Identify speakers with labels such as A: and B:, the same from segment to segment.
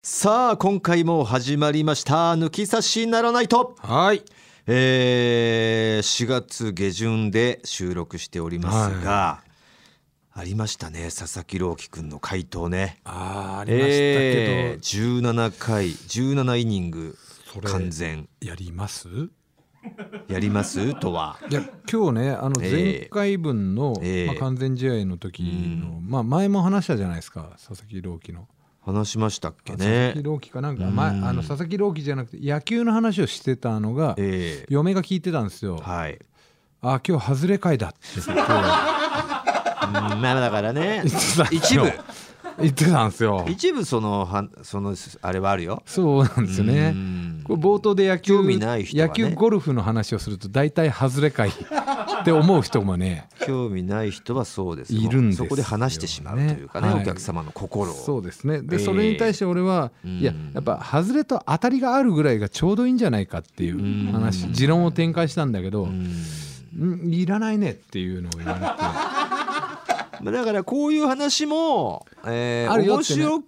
A: さあ今回も始まりました抜き差しならないと
B: はい。
A: えー、4月下旬で収録しておりますが、ありましたね佐々木朗希君の回答ね
B: あーあ
A: あ
B: りました
A: え
B: けど、
A: ー、17回17イニング
B: それ
A: 完全
B: やります？
A: やり ますとは
B: いや今日ねあの
A: ええ
B: 前回分の、
A: ええ
B: まあ、完全試合の時の、まあ前も話したじゃないですか佐々木朗希の。
A: 話しましたっけ
B: 佐々
A: ね
B: 木。朗希かなんか、
A: うん
B: 前あの佐々木朗希じゃなくて野球の話をしてたのが、
A: えー
B: 嫁が聞いてたんですよ。
A: はい、
B: あ今日外れ会だって言って
A: うんまあだから ね
B: 一
A: 一部
B: 言ってたんですよ。
A: 一部そのはそのあれはあるよ。
B: そうなんですよね
A: うん。
B: これ冒頭で野球
A: 興味ない人はね
B: 野球ゴルフの話をすると大体外れ会って思う人もね。
A: 興味ない人はそうですよ
B: いるんですよ
A: そこで話してしまうというかね
B: はい
A: お客様の心を
B: そうですねで、
A: ええ
B: それに対して俺は
A: うん
B: いややっぱ外れと当たりがあるぐらいがちょうどいいんじゃないかっていう話持論を展開したんだけど、
A: うん
B: んいらないねっていうのを言われて
A: まあだからこういう話も、えー
B: あるよ
A: 面
B: ってね
A: 白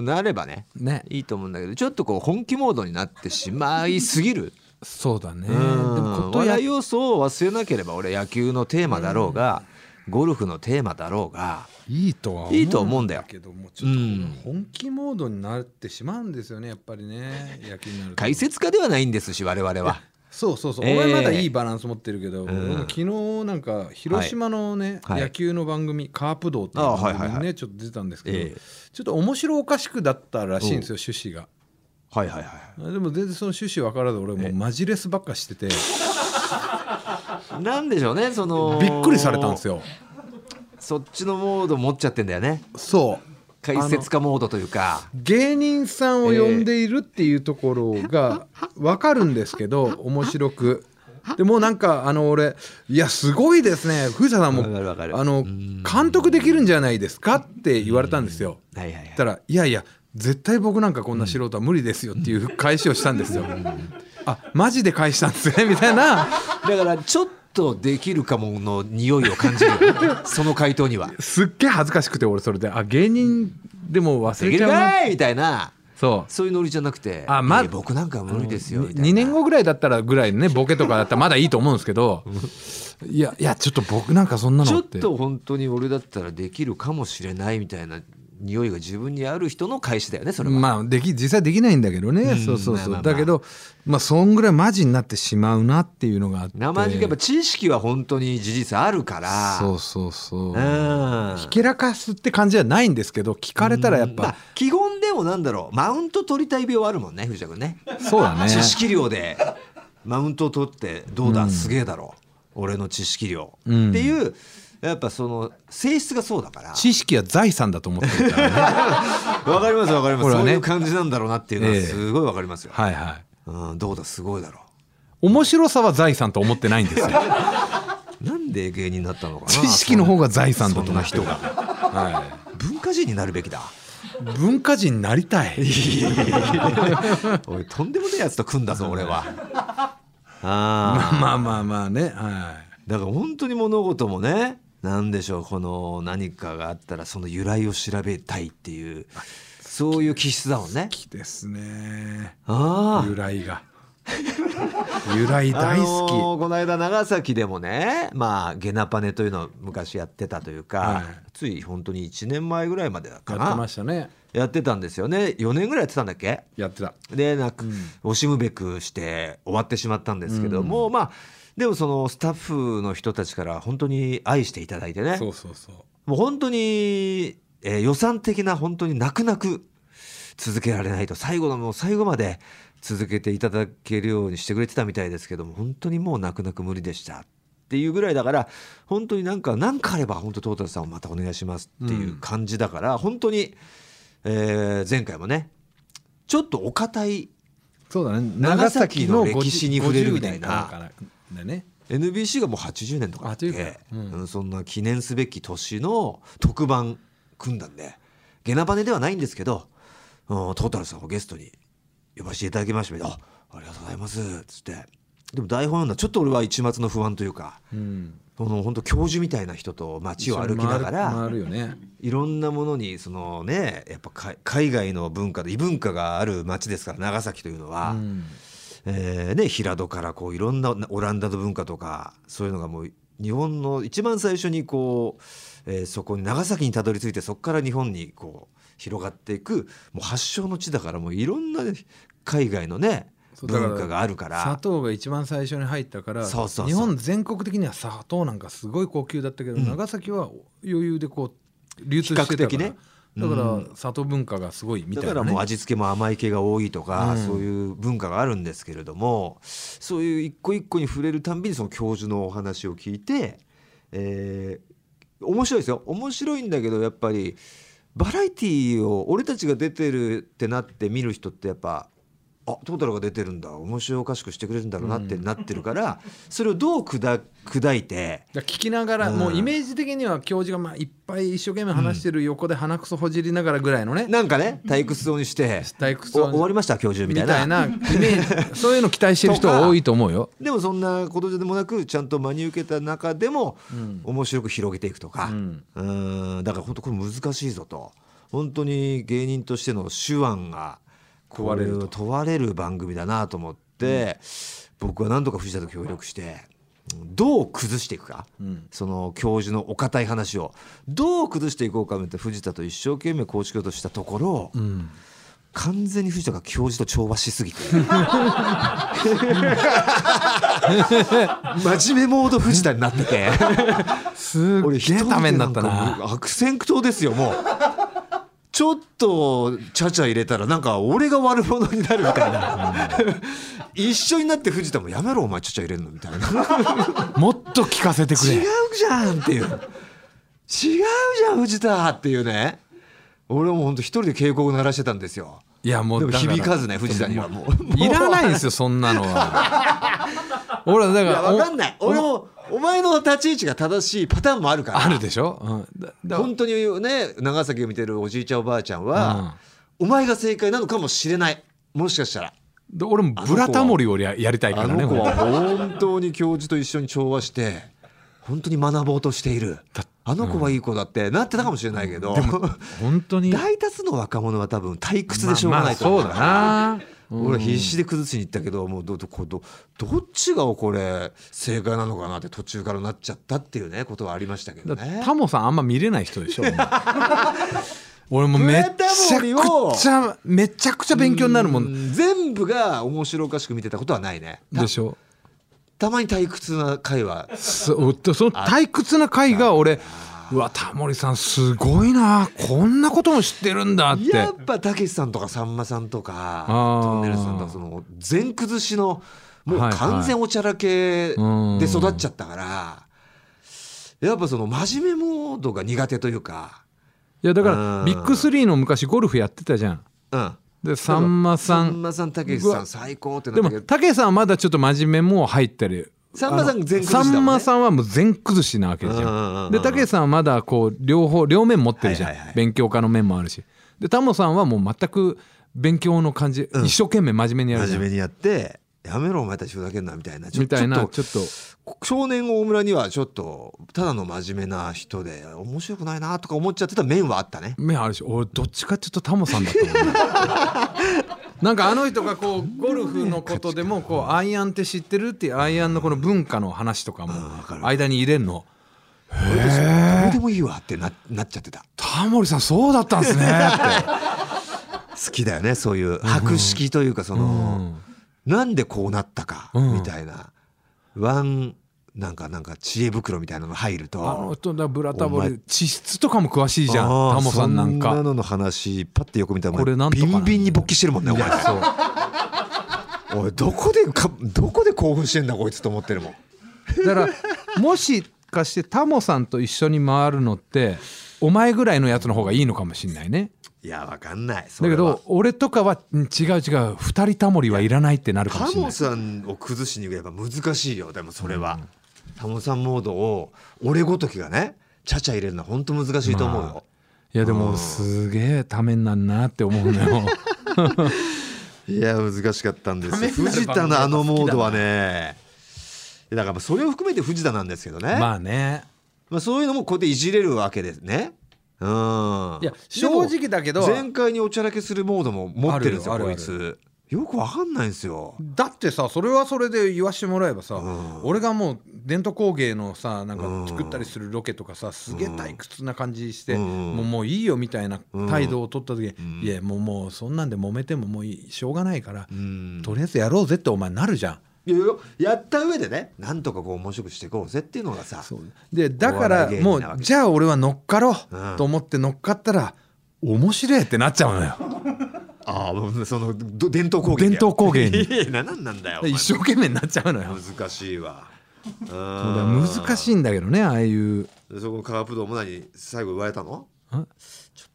A: くなればね
B: ね
A: いいと思うんだけどちょっとこう本気モードになってしまいすぎ る、
B: そうだねで
A: う
B: もこ
A: ん
B: とや
A: 笑い要素を忘れなければ俺野球のテーマだろうが、ゴルフのテーマだろうが
B: いいとは思
A: いいと思うんだよ
B: けどもうちょっと本気モードになってしまうんですよねやっぱりね野球になると
A: 解説家ではないんですし我々は。
B: そうそうそう、
A: ええ
B: お前まだいいバランス持ってるけど、
A: ん
B: 僕昨日なんか広島のね、
A: はい
B: 野球の番組「カープ道」っていう
A: あはい
B: 番組に
A: はい
B: ね、
A: はい
B: ちょっと出たんですけど、
A: ええ
B: ちょっと面白おかしくだったらしいんですよ趣旨が。
A: はいはいはい
B: でも全然その趣旨分からず俺もうマジレスばっかしててび
A: なんでしょうねその
B: っくりされたんですよ。
A: そっちのモード持っちゃってんだよね
B: そう
A: 解説家モードというか
B: 芸人さんを呼んでいるっていうところが分かるんですけど面白く。でもうなんかあの俺いやすごいですね藤田さんも
A: わかるわかる
B: あの監督できるんじゃないですかって言われたんですよ。
A: はいはいはい
B: たら「いやいや絶対僕なんかこんな素人は無理ですよ」っていう返しをしたんですよ。あマジで返したんですねみたいな
A: だからちょっとできるかもの匂いを感じる よねその回答には。
B: すっげえ恥ずかしくて俺それであ芸人でも忘
A: でき
B: れち
A: る
B: ゃうな
A: かいみたいな
B: そう
A: そういうノリじゃなくて
B: あま
A: いや僕なんか無理ですよみたいな
B: 2年後ぐらいだったらぐらいのねボケとかだったらまだいいと思うんです けどいやいやちょっと僕なんかそんな
A: ち
B: の
A: ょ
B: っ
A: ってと本当に俺だったらできるかもしれないみたいな匂いが自分にある人の返しだよねそれは。
B: まあでき実際できないんだけどね、
A: ん
B: そうそう
A: まあ
B: そう、
A: まあまあ
B: だけどまあそんぐらいマジになってしまうなっていうのがあって
A: 生地やっぱ知識は本当に事実あるから。
B: そうそうそ
A: う
B: う、
A: ん
B: ひけらかすって感じじゃないんですけど聞かれたらやっ
A: まあ
B: ぱ、
A: 基本でもなんだろうマウント取りたい病あるもんね藤田君ね
B: そうだね
A: 知識量でマウントを取ってどうだ、すげえだろ俺の知識量、
B: うん
A: っていうやっぱその性質がそうだから
B: 知識は財産だと思ってるか らね
A: わかりますわかります、
B: ほらね
A: そういう感じなんだろうなっていうのは
B: ええ
A: すごいわかりますよ、
B: はいはい
A: うん、どうだすごいだろ
B: 面白さは財産と思ってないんですよ
A: うなんで芸人になったのかな
B: 知識の方が財産だ
A: そ
B: と
A: ん
B: 思
A: な
B: って
A: 人
B: る
A: が、
B: は
A: 文化人になるべきだ
B: い、文化人になりたい
A: おいとんでもねえやつと組んだぞ俺は ああ
B: まあまあまあねは
A: だから本当に物事もね何でしょうこの何かがあったらその由来を調べたいっていうそういう気質だもんね
B: い。。きですね。
A: あ
B: 由来が。由来
A: あ
B: 大
A: あの
B: 好
A: ーこの間長崎でもねまあゲナパネというのを昔やってたというか、
B: はい
A: つい本当に1年前ぐらいまでだ
B: き。
A: か
B: やってま
A: な
B: したね。
A: やってたんですよね4年ぐらいやってたんだっけ
B: やってた。
A: でなんか惜しむべくして終わってしまったんですけども、まあでもそのスタッフの人たちから本当に愛していただいてね
B: そうそうそう。
A: もう本当に、えー予算的な本当に泣く泣く続けられないと最後のもう最後まで続けていただけるようにしてくれてたみたいですけども本当にもう泣く泣く無理でしたっていうぐらいだから本当になんか何かあれば本当トータルさんをまたお願いしますっていう感じだから、本当に、えー前回もねちょっとお堅い
B: そうだね。
A: 長崎の歴史に触れるみたいな
B: 50年からだね。
A: NBC がもう80年とかだっ
B: あという
A: け
B: か、うん
A: うんそんな記念すべき年の特番組んだんでゲナバネではないんですけど、うん、トータルさんをゲストに呼ばせていただきましたけどありがとうございますっつってでも台本読んだらちょっと俺は一抹の不安というか
B: うん、
A: この本当教授みたいな人と街を歩きなが
B: 一緒に回
A: ら
B: る回るよね
A: いろんなものにそのねやっぱ海海外の文化で異文化がある街ですから長崎というのは、
B: うん
A: えーね、平戸からこういろんなオランダの文化とかそういうのがもう日本の一番最初にこう、えーそこに長崎にたどり着いてそこから日本にこう広がっていくもう発祥の地だからもういろんな海外のね
B: そうだから
A: 文化があるから
B: 砂糖が一番最初に入ったから
A: そうそうそう
B: 日本全国的には砂糖なんかすごい高級だったけど、長崎は余裕でこう流通してたから
A: 比較的ね
B: だから砂糖文化がすごいみたい
A: だか
B: な、
A: ら
B: ね、
A: もう味付けも甘い系が多いとか、
B: うん
A: そういう文化があるんですけれどもそういう一個一個に触れるたんびにその教授のお話を聞いて、えー面白いですよ面白いんだけどやっぱりバラエティーを俺たちが出てるってなって見る人ってやっぱ。あトータルが出てるんだ面白おかしくしてくれるんだろうなってなってるから、それをどう砕砕いて
B: だから聞きながら、
A: うん
B: もうイメージ的には教授がまあいっぱい一生懸命話してる横で鼻くそほじりながらぐらいのね、
A: なんかね退屈そうにして
B: 退屈
A: お
B: そうに
A: 終わりました教授み
B: み
A: た
B: た
A: い
B: い
A: な
B: なイメージそういうの期待してる 人は多いと思うよ。
A: でもそんなことでもなくちゃんと真に受けた中でも面白く広げていくとか、う
B: うん
A: ーんだから本当これ難しいぞと本当に芸人としての手腕が
B: 問われると
A: こう問われる番組だなと思って、僕は何とか藤田と協力してどう崩していくか、その教授のお堅い話をどう崩していこうかって藤田と一生懸命構築としたところ、
B: うん
A: 完全に藤田が教授と調和しすぎて真面目モード藤田になってて
B: すっげえためになったな。
A: 悪戦苦闘ですよもうちょっとちゃちゃ入れたらなんか俺が悪者になるみたいな一緒になって藤田も「やめろお前ちゃちゃ入れんの」み たいな
B: もっと聞かせてく
A: 違う
B: れ。
A: じゃんっていう違うじゃん藤田っていうね俺も本当一人で警告を鳴らしてたんですよ
B: いやも
A: で
B: う
A: も
B: だら
A: 響かずね藤田にはもう
B: いらないんですよそんなのは。 俺はだ
A: いや
B: から
A: わかんない俺もお前の立ち位置が正しいパターンもあるから
B: あるでしょ。うんだだ
A: 本当にね長崎を見てるおじいちゃんおばあちゃんは、お前が正解なのかもしれないもしかしたら
B: だ俺もブラタモリをややりたいか
A: あ
B: らね。
A: の子は
B: 本
A: 本当に教授と一緒に調和して本当に学ぼうとしているあの子はいい子だってなってたかもしれないけど、
B: 当本当に。
A: 大多数の若者は多分退屈でしょうがないと
B: まあ
A: 思
B: ま
A: う
B: あそうだな。
A: 俺は必死で崩しに行ったけどもうどどこどどっちがこれ正解なのかなって途中からなっちゃったっていうねことはありましたけど
B: だ
A: ね。
B: タモさんあんま見れない 人でしょ。もう俺もめっちゃ
A: ブラタモリを
B: くちゃめちゃくちゃ勉強になるも
A: うんん全部が面白おかしく見てたことはないねた
B: でしょ。
A: たまに退屈な会は
B: そうその退屈な回が俺うわタモリさんすごいなこんなことも知ってるんだって
A: やっぱたけしさんとかさんまさんとか
B: あー
A: トンネルズさんとかその全崩しのもう
B: はいはい
A: 完全おちゃらけで
B: うん
A: 育っちゃったからやっぱその真面目モードが苦手というか
B: いやだか
A: う
B: ら
A: ん
B: ビッグスリーの昔ゴルフやってたじゃん
A: うん
B: でさんまさ
A: さん
B: ん
A: まさんたけしさ
B: うんわ
A: 最高ってな
B: で
A: った
B: も
A: けど
B: たけさんはまだちょっと真面目も入ったり
A: さんまさん全崩しだも
B: あの
A: んね
B: さんまさんはもう全崩しなわけじ
A: うんうんうんう
B: ゃ
A: ん
B: んでたけさんはまだこう両方両面持ってるじゃん、
A: はいはいはい
B: 勉強家の面もあるしでタモさんはもう全く勉強の感じ、一生懸命真面目にやるじ
A: 真
B: ゃ
A: 面
B: ん
A: 目にやってやめろお前たちふざけんなみたいなちょ
B: みたい
A: ちょ
B: な
A: っと
B: ちょっと
A: 少年大村にはちょっとただの真面目な人で面白くないなとか思っちゃってた面はあったね
B: 目あるし俺どっちかっていうとタモさんだった もんねなんかあの人がこうゴルフのことでもこうアイアンって知ってるっていうアイアンのこの文化の話とかも間に入れんの
A: どうでもいいわってななっちゃってた
B: タモリさんそうだったんですねって
A: 好きだよねそういう博識というかその、なんでこうなったか
B: うん
A: みたいな、ワンなんかなんか知恵袋みたいなのが入ると
B: あの人だブラタ
A: お
B: モ
A: 前
B: リ地質とかも詳しいじゃん
A: あー
B: タモさんなん
A: そんな
B: か
A: のの話パッて横見たらお前
B: これなんとかな
A: ビンビンに勃起してるもんねお前
B: そう
A: おいどこでかどこで興奮してんだこいつと思ってるもん
B: だからもしかしてタモさんと一緒に回るのってお前ぐらいのやつの方がいいのかもしんないね
A: いやわかんないそ
B: だ
A: れ
B: け
A: は
B: ど俺とかはうん違う違う二人タモリはいらないってなるかも
A: タ
B: しれな
A: モ
B: い
A: さんを崩しに行くやっぱ難しいよでもそれは、タモさんモードを俺ごときがねちゃちゃ入れるのは本当難しいと思うよ、
B: いやでも俺すげえためになんなって思うのよ
A: いや難しかったんですよ
B: ためになる
A: 藤田のあのモードはねだからまあそれを含めて藤田なんですけどね、まあ
B: まあね
A: そういうのもこうやっていじれるわけですねうん
B: いや正直だけど
A: 前回におちゃらけするモードも持ってるんですよ
B: あるよ
A: こいつよくわかんないんですよ
B: だってさそれはそれで言わしてもらえばさ、
A: ん
B: 俺がもう伝統工芸のさなん
A: う
B: か
A: ん
B: 作ったりするロケとかさすげえ退屈な感じして、
A: うん
B: もうもういいよみたいな態度を取った時、
A: ん
B: いやもうもうそんなんで揉めてももういいしょうがないから、
A: うん
B: とりあえずやろうぜってお前なるじゃん。
A: いやいややった上でねなんとかこう面白くしていこうぜっていうのがさ
B: でだか
A: お
B: ら
A: 笑い芸人
B: もう
A: なわけ
B: じゃあ俺は乗っかろ
A: うん
B: うと思って乗っかったら面白えってなっちゃうのよ。
A: ああそのど伝統工芸
B: 伝統工芸に
A: いやいや何なんだよお前
B: 一生懸命になっちゃうのよ。
A: 難しいわうん
B: そうだ難しいんだけどねああいう。
A: そこカープ道も何最後言われたの
B: ん
A: ちょっ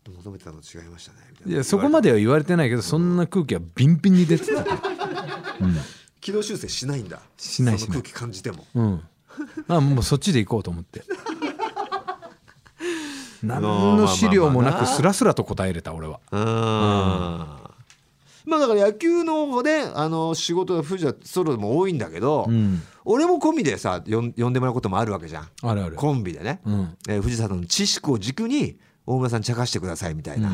A: と求めてたの違いましたねみたい
B: い
A: な
B: やそこまでは言われてないけどそんな空気はビンビンに出てた、
A: 軌道修正しないんだ
B: しない
A: その空気感じても
B: うん、あもうそっちで行こうと思って 何の資料もなくスラスラと答えれた俺は
A: うんまあだから野球の方であの仕事が藤田ソロも多いんだけど、
B: うん
A: 俺もコンビでさよん呼んでもらうこともあるわけじゃん
B: あるある
A: コンビでね、
B: うん
A: えー藤田さんの知識を軸に大村さん茶化してくださいみたいな、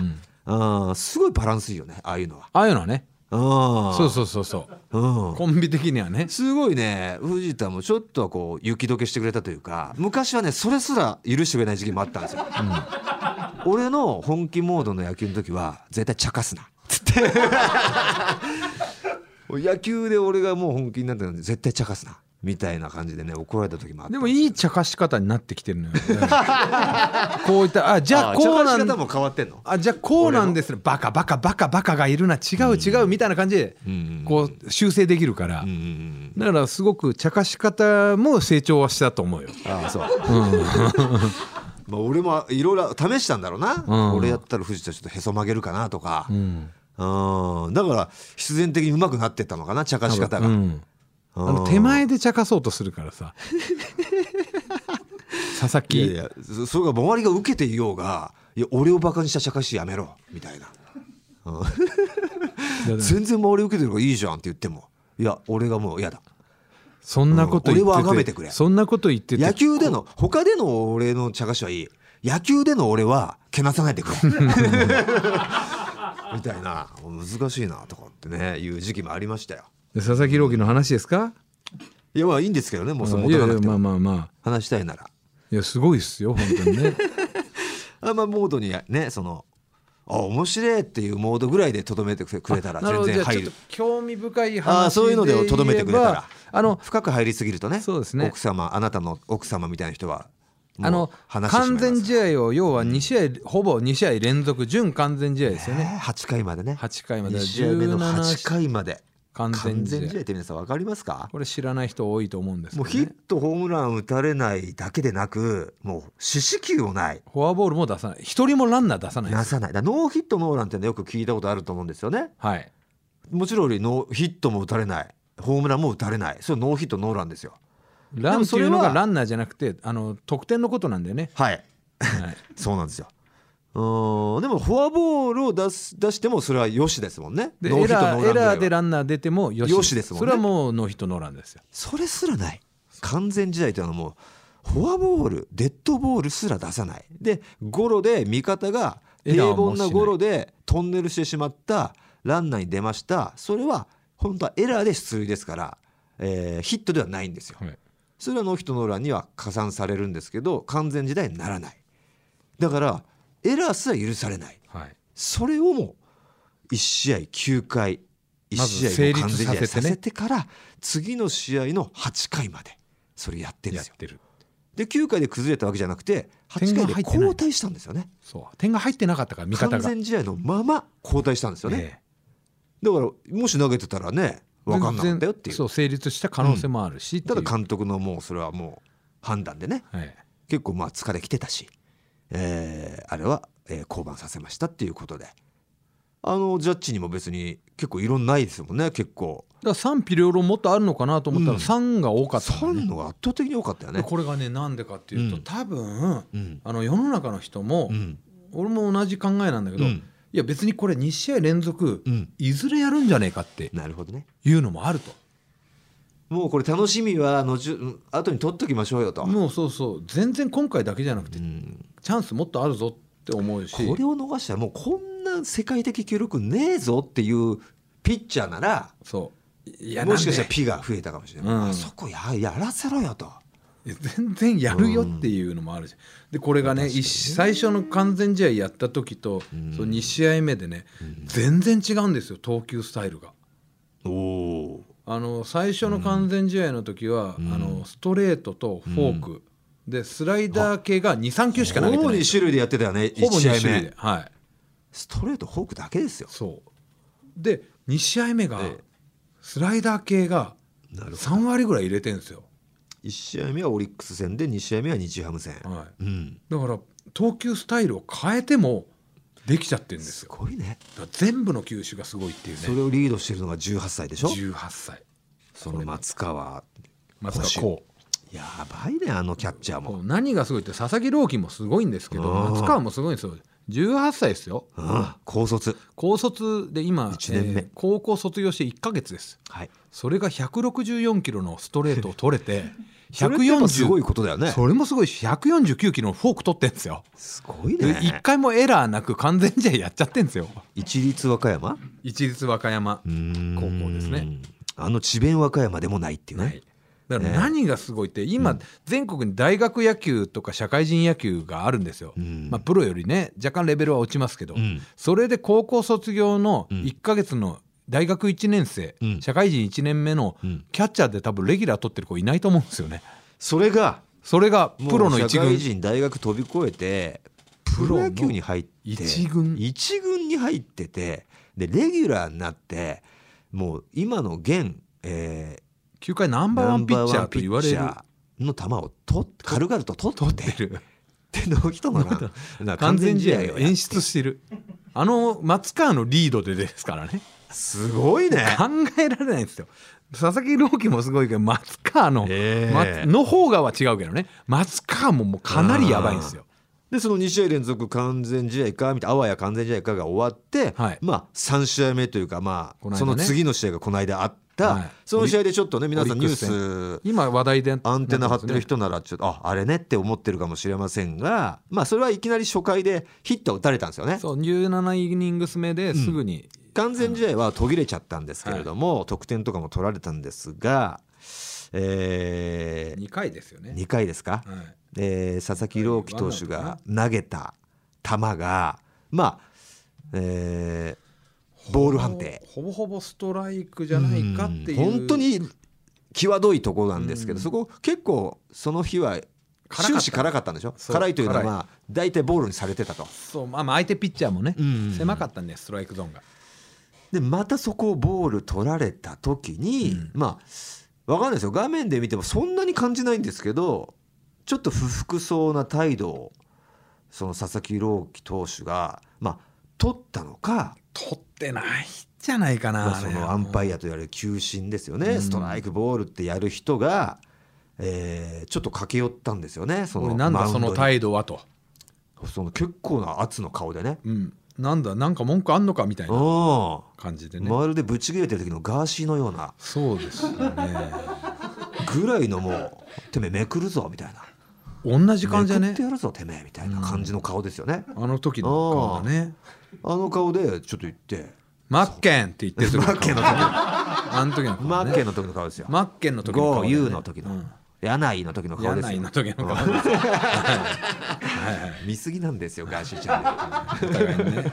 B: うん
A: うんすごいバランスいいよねああいうのは
B: ああいうのはね
A: うん
B: そうそうそうそう
A: うん
B: コンビ的にはね
A: すごいね藤田もちょっとはこう雪解けしてくれたというか昔はねそれすら許してくれない時期もあったんですよ、俺の本気モードの野球の時は絶対茶化すなっ つって野球で俺がもう本気になったのに絶対茶化すなみたいな感じでね怒られた時もあった
B: でもいい茶化し方になってきてるのよこういったあじゃあこうな
A: 茶化し
B: ん
A: 方も変わってんの
B: あじゃあこうなんですねバカバカバカバカがいるな違う違うみたいな感じで
A: うん
B: こう修正できるから、
A: うんうんうん
B: だからすごく茶化し方も成長はしたと思うよ。
A: ああそう、 まあ俺もいろいろ試したんだろうな、
B: うん
A: 俺やったら藤田ちょっとへそ曲げるかなとか、
B: うん、
A: うんだから必然的に上手くなってったのかな茶化し方が、
B: うんあ
A: う
B: の
A: ん
B: 手前で茶化そうとするか らさ佐々
A: い
B: 木
A: やいやそそれが周りが受けていようがいや俺をバカにした茶化しやめろみたいな
B: だか ら
A: 全然周り受けてるからいいじゃんって言ってもいや俺がもう嫌だ
B: そんなこと言
A: う
B: ってて,、
A: ん俺は崇めてくれ
B: そんなこと言ってて
A: 野球での他での俺の茶化しはいい野球での俺はけなさないで くれみたいな難しいなとかってねいう時期もありましたよ
B: 佐々木朗希の話ですか
A: いやまあいいんですけどねもうその
B: い
A: 持たな
B: や
A: い
B: や
A: くて
B: まあ
A: も
B: まあまあ
A: 話したいなら
B: いやすごいっすよ本当にね
A: あまあモードにねそのあ面白いっていうモードぐらいでとどめてくれたら全然入る
B: 興味深い
A: ああそういうのでとどめてくれたら
B: あの
A: 深く入りすぎるとね
B: そうですね
A: 奥様あなたの奥様みたいな人はもう
B: あの
A: 話してしまいま
B: 完
A: す
B: 全試合を要は2試合ほぼ2試合連続準完全試合ですよね
A: えー8回までね
B: 8回まで
A: 2試合目の8回まで
B: 完
A: 完
B: 全試合
A: 全試合って皆さん分かりますか
B: これ知らない人多いと思うんですけ
A: もう
B: ど、
A: ヒ
B: ね
A: ッ、トホームラン打たれないだけでなくもう四死球もない
B: フォアボールも出さない一人もランナー出さないで
A: な
B: す
A: さないだからノーヒットノーランっていうのよく聞いたことあると思うんですよね
B: はい
A: もちろんよりノーヒットも打たれないホームランも打たれないそれノーヒットノーランですよ
B: ランっていう
A: で
B: の
A: もそれは
B: がランナーじゃなくてあの得点のことなんだよね、
A: はい
B: はい、
A: そうなんですようーんでもフォアボールを出す出してもそれはよしですもんね
B: で
A: ノー
B: エ
A: ヒット
B: ラ
A: ノ
B: ー
A: ー
B: エ
A: ラ
B: ラ
A: ンぐら
B: ー
A: い
B: で
A: は
B: ランナー出てもよし
A: よしですもんね
B: それはもうノーヒットノーランですよ
A: それすらない完全試合というのはもうフォアボールデッドボールすら出さないでゴロで味方が
B: エラ
A: 平
B: ーも
A: 凡
B: しな
A: ないゴロでトンネルしてしまったランナーに出ましたそれは本当はエラーで出塁ですから、えーヒットではないんですよそれはノーヒットノーランには加算されるんですけど完全時代にならないだからエラーすら許されない
B: はい、
A: それをもう1試合9回1
B: ま
A: 試
B: ず
A: 合
B: 成
A: も
B: 立
A: 完全試合
B: させ
A: さ
B: てね
A: せてから次の試合の8回までそれやってるんで
B: やっ
A: すよ
B: てる
A: で9回で崩れたわけじゃなくて8
B: 点が
A: 回
B: 入って
A: で
B: ない
A: 交代したんですよね
B: そう点が入ってなかったから味方
A: 完
B: が、
A: 全試合のまま交代したんですよね、
B: ええ
A: だからもし投げてたらね分かんなかったよってい
B: 全然
A: う
B: そう成立した可能性もあるし、ってい
A: た
B: う
A: だ監督のもうそれはもう判断でね
B: はい、
A: 結構まあ疲れきてたし、えーあれは、えー降板させましたっていうことであのジャッジにも別に結構いろんなないですもんね結構
B: だから賛否両論もっとあるのかなと思った
A: うん
B: ら3が多かったのね、
A: 3のが圧倒的に多かったよね
B: で。これがねなんでかっていうと、
A: うん
B: 多分
A: うん
B: あの世の中の人も、
A: うん
B: 俺も同じ考えなんだけど、
A: うん
B: いや別にこれ2試合連続
A: うん
B: いずれやるんじゃねえかって
A: なるほどね
B: いうのもあると、
A: もうこれ楽しみは後うん後に取っときましょうよと、
B: もうそうそう全然今回だけじゃなくて
A: うん
B: チャンスもっとあるぞって思うし
A: これを逃したらもうこんな世界的記録ねえぞっていうピッチャーなら
B: そういや
A: もしかした
B: な
A: ら
B: んで
A: ピが増えたかもしれない、
B: うん
A: あそこややらせろよと
B: 全然やるよっていうのもあるし、でこれがね
A: 確かにね
B: 一最初の完全試合やった時と、
A: うん
B: その2試合目でね、全然違うんですよ投球スタイルが。
A: おお
B: あの最初の完全試合の時は、
A: うん
B: あのストレートとフォーク、でスライダー系が23球しか投げて
A: ほぼ
B: ない
A: 2種類でやってたよね
B: ほ
A: 1
B: ぼ
A: 試
B: 2
A: 合
B: 種類
A: 目
B: で、はい、
A: ストレートフォークだけですよ
B: そうで2試合目が
A: ええ
B: スライダー系が
A: なるほど
B: 3割ぐらい入れてるんですよ、
A: 1試合目はオリックス戦で2試合目は日ハム戦、
B: は
A: うん
B: い、だから投球スタイルを変えてもできちゃってるんです
A: す
B: よ
A: ごいね
B: だから全部の球種がすごいっていう
A: そ
B: ね
A: れをリードしてるのが18歳でしょ
B: 18歳
A: その松川
B: 松川
A: 捕手
B: こう
A: やばいねあのキャッチャーも
B: こう何がすごいって佐々木朗希もすごいんですけど
A: あー
B: 松川もすごいんですよ18歳ですよ
A: うん高卒
B: 高卒で今
A: 一年目
B: えー高校卒業して1か月です
A: はい
B: それが164キロのストレートを取 れて
A: それってやっぱ
B: 140
A: すごいことだよね
B: それもすごいし149キロのフォーク取ってんですよ
A: すごい
B: で
A: ね
B: 1回もエラーなく完全試合やっちゃってんですよ
A: 一律和歌山
B: 一律和歌山高校ですね
A: あの智弁和歌山でもないっていうね、
B: はいだから何がすごいって今全国に大学野球とか社会人野球があるんですよ
A: うん
B: まあプロよりね若干レベルは落ちますけど
A: うん
B: それで高校卒業の
A: うん
B: 1ヶ月の大学1年生
A: うん
B: 社会人1年目の
A: うん
B: キャッチャーで多分レギュラー取ってる子いないと思うんですよね
A: それが
B: それが
A: もう
B: プロの一
A: 社会
B: 軍
A: 人大学飛び越えてプ
B: プロ
A: ロ
B: の
A: 野球に入って
B: 一軍
A: 一軍に入っててでレギュラーになってもう今の現、えー
B: 球界ナンバーワンピッチャーと言われる
A: ナンバーワンピッチャーの球を取っ軽々と取
B: 取
A: っ
B: っててる
A: でノーヒットノーランな
B: 完全試合を
A: や
B: 演出してるあの松川のリードでですからね
A: すごいね
B: 考えられないんですよ佐々木朗希もすごいけど松川の、
A: ええ
B: 松の方がは違うけどね松川ももうかなりやばいんですよ
A: でその2試合連続完全試合かみたいなあわや完全試合かが終わって、
B: はい
A: まあ3試合目というかまあ、
B: この間
A: そ
B: ね
A: の次の試合がこの間あった、
B: はい
A: その試合でちょっとね皆さん
B: オ
A: ニ
B: リ
A: ュ
B: ックス戦
A: ース
B: 今話題で
A: アンテナ張ってる
B: なんか
A: 人ならちょっとああれねって思ってるかもしれませんがまあそれはいきなり初回でヒットを打たれたんですよね
B: ですねそう17イニングス目ですぐに、
A: 完全試合は途切れちゃったんですけれども、得点とかも取られたんですが、え
B: 2回ですよね、
A: 2回ですか、
B: はい
A: えー佐々木朗希投手が投げた球がまあえーボール判定
B: ほぼほぼストライクじゃないかっていう
A: うん本当に際どいところなんですけど、
B: うん
A: そこ結構その日は
B: た
A: 終始辛かったんでしょ
B: そう
A: 辛いというのは
B: 辛い
A: まあ大体ボールにされてたと
B: そう、まあ、まあ相手ピッチャーもね、
A: うん
B: 狭かったんでストライクゾーンが
A: でまたそこをボール取られた時に、
B: うん
A: まあわかんないですよ画面で見てもそんなに感じないんですけどちょっと不服そうな態度をその佐々木朗希投手が、まあ、取ったのか、
B: 取ってないんじゃないかな、
A: まあ、そのアンパ
B: イ
A: イアと言われる球審ですよね、
B: うん
A: ストライクボールってやる人が、えーちょっと駆け寄ったんですよねその
B: なん
A: マ
B: だ
A: ウン
B: そ
A: ドに
B: の態度はと、
A: その結構な圧の顔でね。
B: うん、なんだなんか文句あんのかみたいな
A: うん
B: 感じでね、
A: まるでぶち切れてる時のガーシーのような
B: そうですよね
A: ぐらいのもう「てめえめくるぞ」みたいな
B: 同じ感じだ
A: めくっ
B: ね
A: てやるぞてめえみたいな感じの顔ですよね、
B: あの時の顔がね
A: あの顔でちょっと言って
B: マッケンって言ってる時
A: マ
B: の
A: ッ
B: 顔
A: ケンの時
B: あの時の顔、ね、
A: マッケンの時の顔ですよ
B: マッケンの時の
A: ゴ
B: 顔、
A: ー
B: ね、
A: ユーの時の、
B: うん
A: 柳井の時の顔です
B: 柳井
A: よ
B: の時の顔ですよはいはい
A: 見過ぎなんですよガーシーちゃんね
B: お互いにね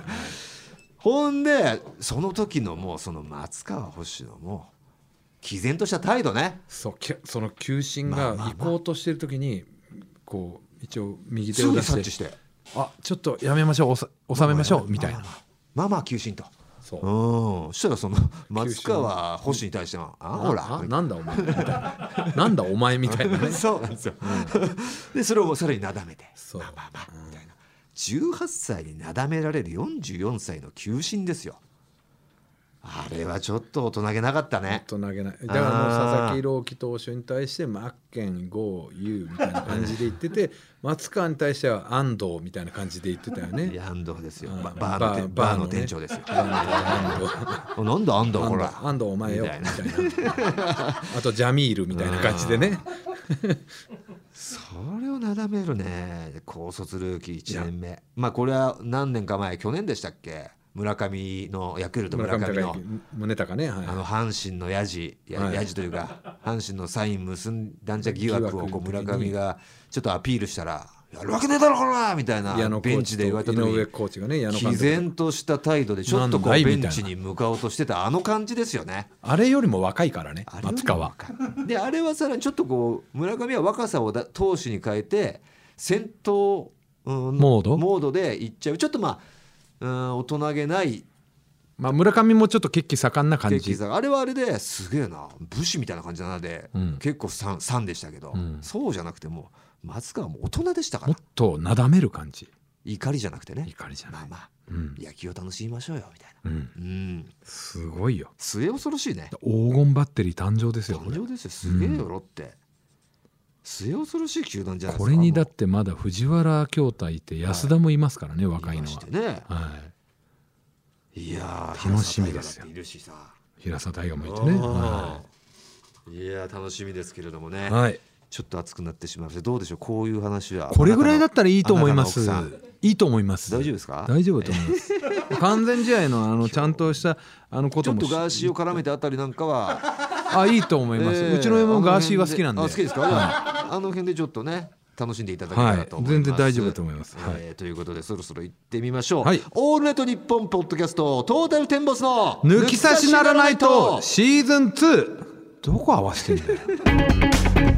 A: ほんでその時のもうその松川星のもう毅然とした態度ね
B: そうきその球審
A: まあ
B: が
A: まあまあ
B: 行こうとしてる時にこう一応右手
A: す
B: を
A: ぐ
B: 出
A: 察知
B: し
A: してて
B: あちょっとやめましょうおさ収めましょうみたいな
A: まあまあまあ急進と
B: そう
A: うんそしたらその松川星に対しては「あほら」
B: あなんだお前みたいななんだお前みたいなね
A: そう なんですよ。でそれをさらになだめて
B: そう
A: まあまあまあみたいな18歳になだめられる44歳の球審ですよ。あれれはちょっと大人げなかったね
B: と投げないだからもう佐々木朗希投手に対してマッケン、ゴー、ユーみたいな感じで言って て松川に対しては安藤みたいな感じで言ってたよね。
A: 安藤ですよ
B: うん
A: ババーのてバーの店長ですよ
B: バーのね安藤
A: おなんだ安藤
B: 安
A: ほ
B: 藤
A: ら
B: 安藤お前よ
A: み
B: み
A: た
B: た
A: い
B: い
A: な
B: なあとジャミールみたいな感じでね
A: それをなだめるね高卒ルーキー1年目まあこれは何年か前去年でしたっけ村上のヤクルト村上の
B: 隆宗隆ね、はい、
A: あの阪神のやじや
B: はい
A: やじというか阪神のサイン結んだんじゃ疑惑をこう
B: 疑惑
A: 村
B: の時に
A: 上がちょっとアピールしたら「やるわけねえだろこら!」みたいな
B: 矢野コーチと
A: ベンチで言われた時
B: 井上
A: に
B: コーチがね矢野監
A: 毅
B: 督
A: 然とした態度でちょっとこ
B: な
A: うん
B: だ
A: ベ
B: いみた
A: ン
B: いな
A: チに向かおうとしてたあの感じですよね。
B: あれよりも若いからね
A: あれより
B: 松川
A: であれはさらにちょっとこう村上は若さをだ投手に変えて先頭、うん
B: モード
A: モードでいっちゃうちょっとまあ、うん、大人げない
B: まあ村上もちょっと血気盛んな感
A: 血気
B: じ
A: 盛んあれはあれですげえな武士みたいな感じだなで、
B: うん
A: 結構さんさんでしたけど、
B: うん
A: そうじゃなくてもう松川も大人でしたか
B: も
A: ら
B: っとなだめる感じ
A: 怒りじゃなくてね
B: 怒りじゃな
A: まあ
B: い、
A: まあ
B: うん
A: 野球を楽しみましょうよみたいな
B: うん、
A: うん
B: すごいよ
A: 末恐ろしいね
B: 黄金バッテリー誕生ですよこ
A: 誕
B: れ
A: 生ですよすげえよろって、末恐ろしい球団じゃないです
B: こ
A: か
B: れにだっ
A: も
B: てまだ藤原兄弟いて安田もいますからね、
A: う
B: 若いの
A: し
B: は
A: て、ね
B: はい
A: いやー
B: 楽しみですよ
A: 平沢大河だっているしさ
B: 平沢大河もいてね、は
A: うんいやー楽しみですけれどもね、
B: いはい、
A: ちょっと熱くなってしまいましたどうでしょうこういう話は
B: これぐらいだったらいいと思いま
A: あ
B: す
A: なたの奥さ
B: いいと思います
A: 大丈夫ですか
B: 大丈夫だと思います完全試合のあのちゃんとしたあのこ
A: ちょ
B: と
A: っ
B: も
A: とガーシーを絡めてあたりなんかは、
B: あいいと思います、
A: えー
B: うちの嫁もガーシーが好きなんで
A: あの辺あ好きですか、あの辺でちょっとね楽しんでいただけたらと思います、
B: はい全然大丈夫だと思いますはい
A: えーということでそろそろ行ってみましょう、
B: はい
A: オールナイトニッポンポッドキャストトータルテンボスの
B: 抜き差しならないとシーズン2どこ合わせてんだよ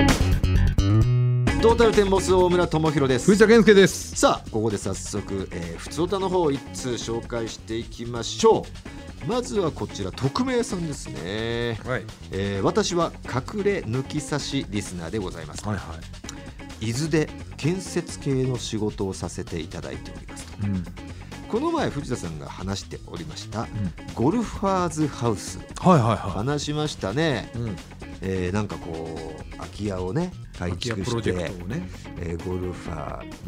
A: トータルテンボス大村智弘です
B: 藤田健介です
A: さあここで早速、えー、普通歌の方を一通紹介していきましょうまずはこちら匿名さんですね、
B: はい
A: えー私は隠れ抜き差しリスナーでございます
B: はい
A: 伊豆で建設系の仕事をさせていただいておりますと
B: うん
A: この前藤田さんが話しておりました、ゴルファーズハウス
B: はいはいは
A: 話しましたね
B: い、、うん、
A: えーなんかこう空き家をね改
B: 空き家
A: 築
B: プ
A: し
B: ロジ
A: て、
B: ェクトをね
A: えーゴルファー、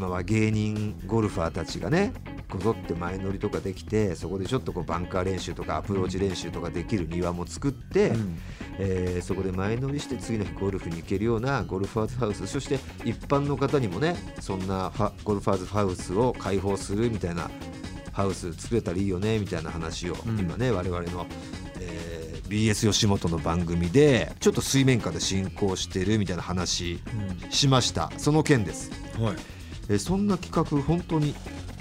A: まあまあ、芸人ゴルファーたちがねこぞって前乗りとかできてそこでちょっとこうバンカー練習とかアプローチ練習とかできる庭も作って、
B: うん
A: えーそこで前乗りして次の日ゴルフに行けるようなゴルファーズハウスそして一般の方にもねそんなファゴルファーズハウスを開放するみたいなハウス作れたらいいよねみたいな話を、
B: うん
A: 今ね我々の、えー BS 吉本の番組でちょっと水面下で進行してるみたいな話しました、その件です、
B: はい
A: えーそんな企画本当に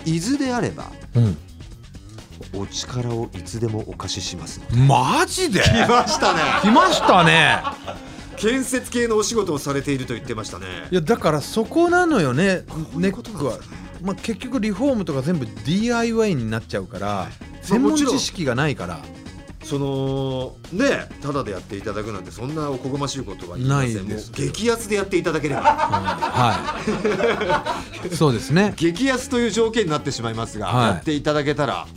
A: 伊豆であれば
B: うん
A: お力をいつでもお貸ししますので
B: マジで
A: 来ましたね
B: 来ましたね
A: 建設系のお仕事をされていると言ってましたね
B: いやだからそこなのよね
A: うい
B: ネ
A: うこと
B: ッ
A: なんで
B: クは
A: すね、
B: まあ、結局リフォームとか全部 DIY になっちゃうから、専門
A: もちろん
B: 知識がないから
A: そのねただでやっていただくなんてそんなおこがましいことは言いません
B: ないです
A: もう激安でやっていただければ
B: はい、そうですね、
A: 激安という条件になってしまいますが、
B: はい
A: やっていただけたら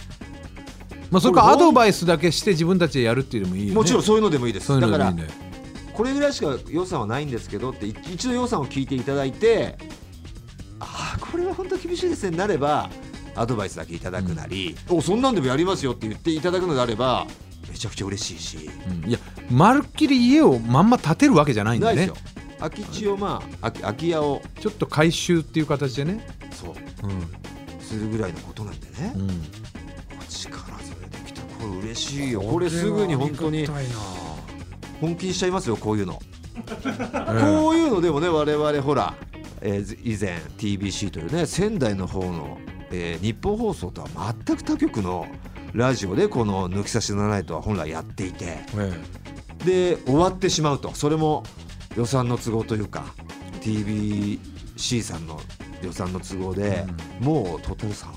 B: まあ、それからアドバイスだけして自分たちでやるっていうのもいいよね
A: もちろんそういうのでもいいです
B: そういうの
A: だから
B: でいいね
A: これぐらいしか予算はないんですけどってい一度予算を聞いていただいてああこれは本当厳しいですねなればアドバイスだけいただくなり、おそんなんでもやりますよって言っていただくのであればめちゃくちゃ嬉しいし。
B: うんいやまるっきり家をまんま建てるわけじゃないん
A: な
B: で
A: いです
B: ね
A: よ空き地をまあ空き空き家を
B: ちょっと改修っていう形でね、
A: そう
B: う
A: するぐらいのことなんでね、
B: ん
A: お力添えできたこれ嬉しいよこれすぐに本当に本気にしちゃいますよこういうの、こういうのでもね我々ほら、えー以前 TBC というね仙台の方の、えー日本放送とは全く他局のラジオでこの「抜き差しならないと」は本来やっていて
B: え
A: で終わってしまうとそれも予算の都合というか TBC さんの予算の都合で、もうトータルさんを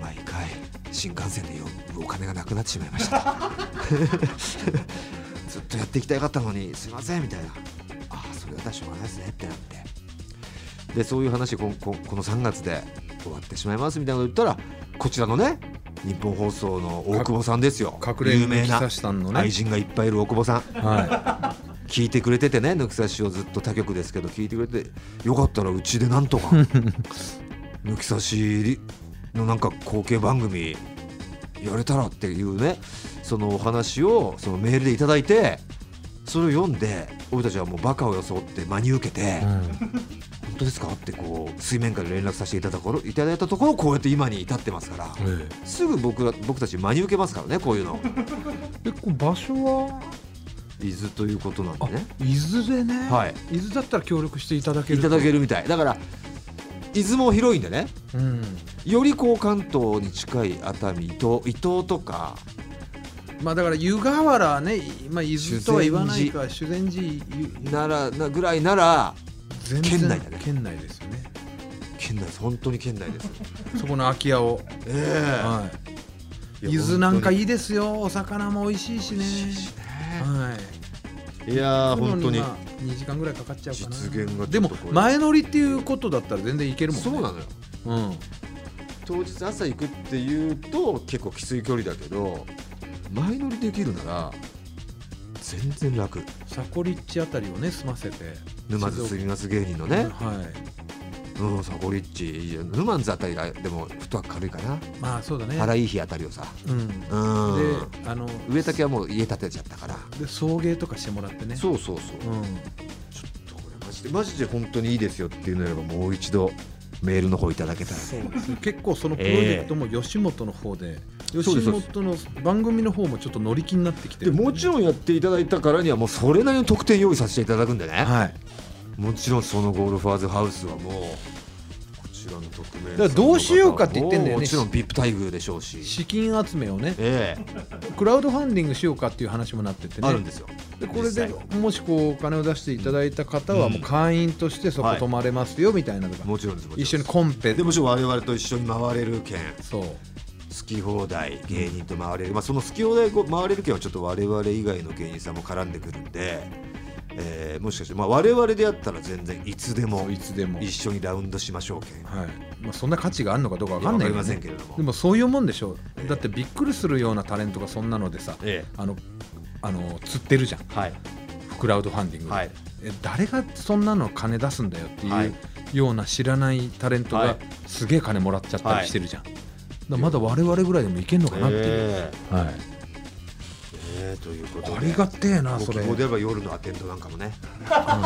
A: 毎回 新幹線で呼ぶお金がなくなってしまいましたずっっとやっていきたかったのにすいませんみたいなああそれだったらしょうがないですねってなってでそういう話こここの3月で終わってしまいますみたいなこと言ったらこちらのね日本放送の大久保さんですよ
B: か隠れ
A: 有名な
B: 抜き差しさんのね
A: 愛人がいっぱいいる大久保さん
B: は
A: 聞いてくれてて ね抜き差しをずっと他局ですけど聞いてくれてよかったらうちでなん とか抜き差しのなんか後継番組やれたらっていうねそのお話をそのメールでいただいてそれを読んで俺たちはもうバカを装って真に受けて、
B: い、
A: 本当ですかってこう水面下で連絡させていただころいただいたところこうやって今に至ってますから、
B: うんえ
A: すぐ僕ら僕たち真に受けますからねこういう の
B: えでこう場所は
A: 伊豆ということなんで
B: あ
A: ね
B: 伊豆でね、
A: はい
B: 伊豆だったら協力していただけ
A: い
B: ると
A: ただけるみたいだから伊豆も広いんでね
B: うん
A: よりこう関東に近い熱海伊東伊東とか
B: まあだから湯河原ね、まあ、伊豆とは言わないか修善寺ゆ
A: ならなぐらいなら
B: 全
A: 県内だね
B: 県内ですよね
A: 県内です本当に県内です
B: そこの空き家を、
A: ええ
B: はい
A: いや
B: 伊豆なんか
A: 本
B: いいですよお魚も美味しいしね
A: 当にいいしね
B: はい
A: いやー
B: なの
A: 本当に
B: まあ2時間ぐらいかかっちゃうかな
A: 実現がち
B: で
A: ょっ
B: も
A: とこれ
B: 前乗りっていうことだったら全然いけるもんね
A: そうなのよ
B: うん
A: 当日朝行くっていうと結構きつい距離だけど前乗りできるなら全然楽
B: サコリッチあたりをね済ませて
A: 沼津す
B: ぎ
A: みます芸人のね、
B: はい
A: うん、サゴリッチいいじゃん沼津あたりがでも太は軽いかな
B: まあそうだね
A: 原いい日あたりをさ
B: うんで
A: うん
B: あの
A: 上竹はもう家建てちゃったから、
B: で送迎とかしてもらってね
A: そうそうそう
B: うん
A: ちょっとこれマジでマジで本当にいいですよっていうのればもう一度メールの方いただけたら
B: そうですね結構そのプロジェクトも吉本の方で、
A: うです
B: 吉本の番組の方もちょっと乗り気になってきて
A: で
B: る
A: もちろんやっていただいたからにはもうそれなりの特典用意させていただくんでね、
B: はい
A: もちろんそのゴルファーズハウスはもうこちらの匿名
B: だからどうしようかって言ってんだよね
A: もちろん VIP 待遇でしょうし、
B: 資金集めをね
A: ええ
B: クラウドファンディングしようかっていう話もなっててね
A: あるんですよ
B: でこれ
A: 実
B: で
A: 際
B: もしこうお金を出していただいた方は
A: うん
B: もう会員としてそこ
A: はい
B: 泊まれますよみたいなとか、
A: もちろんですもちろんで
B: 一
A: す
B: 緒にコンペ
A: でもちろん我々と一緒に回れる券
B: そう
A: 好き放題芸人と回れる、まあ、その好き放題回れる券はちょっと我々以外の芸人さんも絡んでくるんで、ええもしかして、まあ、我々でやったら全然いつでも
B: そういつでも、はい
A: 一緒にラウンドしましょう券
B: まあ、そんな価値があるのかどうかわか
A: わ
B: んな
A: か
B: い
A: り
B: ど
A: ま
B: ね
A: せんけれども
B: でもそういうもんでしょ
A: ええ
B: だってびっくりするようなタレントがそんなのでさ
A: え
B: あのあの釣ってるじゃん
A: えはい
B: クラウドファンディングで、
A: はい
B: え誰がそんなの金出すんだよっていう、
A: はい
B: ような知らないタレント
A: は
B: が
A: い
B: すげえ金もらっちゃったりしてるじゃん、だからまだ我々ぐらいでもいけんのかなっていう、
A: え
B: は
A: え
B: い、
A: ええということで
B: ありがてえな
A: ご
B: そ
A: 希
B: れ、
A: 望で
B: ま
A: あれば夜のアテンドなんかもね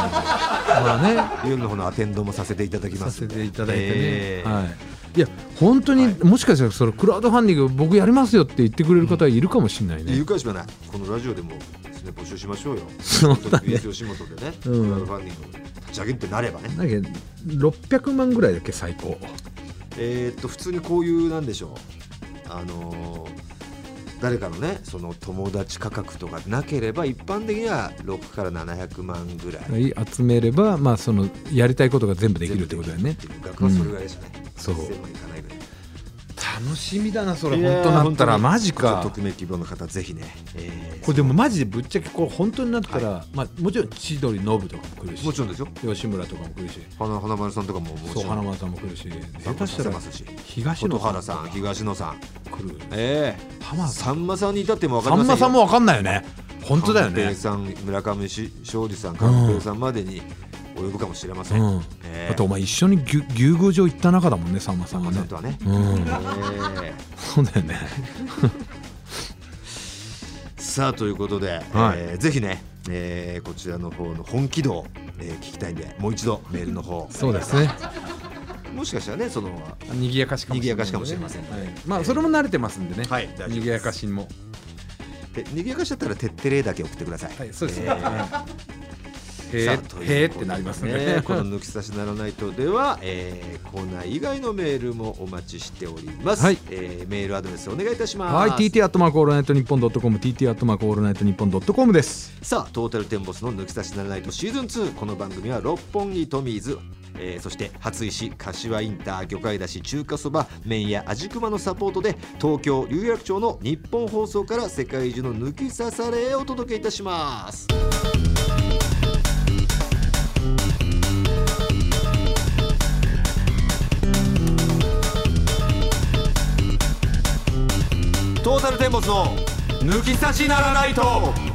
B: あね
A: 夜の方のアテンドもさせていただきま
B: さ
A: す
B: せ
A: んで
B: ていただいてね、
A: ええ
B: はい、いや本当に、
A: はい
B: もしかしたらそのクラウドファンディング僕やりますよって言ってくれる方いるかもしれないね、
A: 誘拐しかないこのラジオでもですね募集しましょうよ
B: そうだね
A: BS 吉本でね、
B: うん
A: クラウドファンディングを立ち上げるってなればね
B: だけど600万ぐらいだっけ最高
A: えーっと普通にこういうなんでしょうあのー誰かのねその友達価格とかなければ一般的には6から700万ぐらい
B: 集めれば、まあ、そのやりたいことが全部できるってことだよね
A: 全部できるっていう額はそれぐらいでしたね、
B: そう
A: 1000万いかないぐらい
B: 楽しみだなそれ
A: いやー
B: 本当なったら
A: 本に
B: マジ
A: ちょっと
B: か
A: 匿名希望の方ぜひね、えー
B: これでもマジでぶっちゃけこれ本当になったら、まあ、もちろん千鳥ノブとかも来るし
A: もちろんですよ
B: 吉村とかも来るし
A: 花花丸さんとかもも
B: そう
A: ちろ
B: 花
A: ん
B: 丸さんも来るし下
A: 参加
B: 手
A: さ
B: し
A: せ
B: た
A: ま
B: ら
A: すし
B: 東
A: 蛍
B: 野
A: 原さん
B: 来
A: 東野さん
B: る
A: ええ
B: 浜田さん
A: さんまさんに至っても分かり
B: さ
A: ませ
B: ん
A: ん
B: ま
A: よ
B: さんも分かんないよね本当だよ
A: 寛平
B: ね、
A: さん村上し庄司さん寛平さんまでに及ぶかもしれません、
B: うん
A: ええ
B: だってお前一緒に牛牛宮城行った中だもんねさんまさん
A: さん
B: が
A: まさ
B: ね
A: んとはね、
B: うん
A: ええ
B: そうだよ ね
A: さあということで、
B: はい
A: えーぜひね、えーこちらの方の本気度を、えー聞きたいんでもう一度メールの方
B: そうですね
A: もしかしたらねその
B: 賑やかしかもしれな
A: 賑や
B: い、
A: かしかもしれませんね
B: はいまあそれも慣れてますんでね、
A: はい大丈夫です
B: 賑やかしにも
A: て賑やかしちゃったら「てってれ」だけ送ってください、
B: はいそうですね、
A: えー
B: へ
A: さ
B: え
A: あということで
B: へえってなります ね
A: この抜き差しならないとで は、えーコーナー以外のメールもお待ちしております、
B: はい
A: えーメールアドレスお願いいたします、
B: はい、TT アットマークオールナイトニッポンドットコム、TT アットマークオールナイトニッポンドットコムです。
A: さあトータルテンボスの抜き差しならないとシーズン2この番組は六本木トミーズえーそして初石柏インター魚介だし中華そば麺屋味熊のサポートで東京有楽町の日本放送から世界中の抜き差されをお届けいたしますトータルテンボスの抜き差しならないと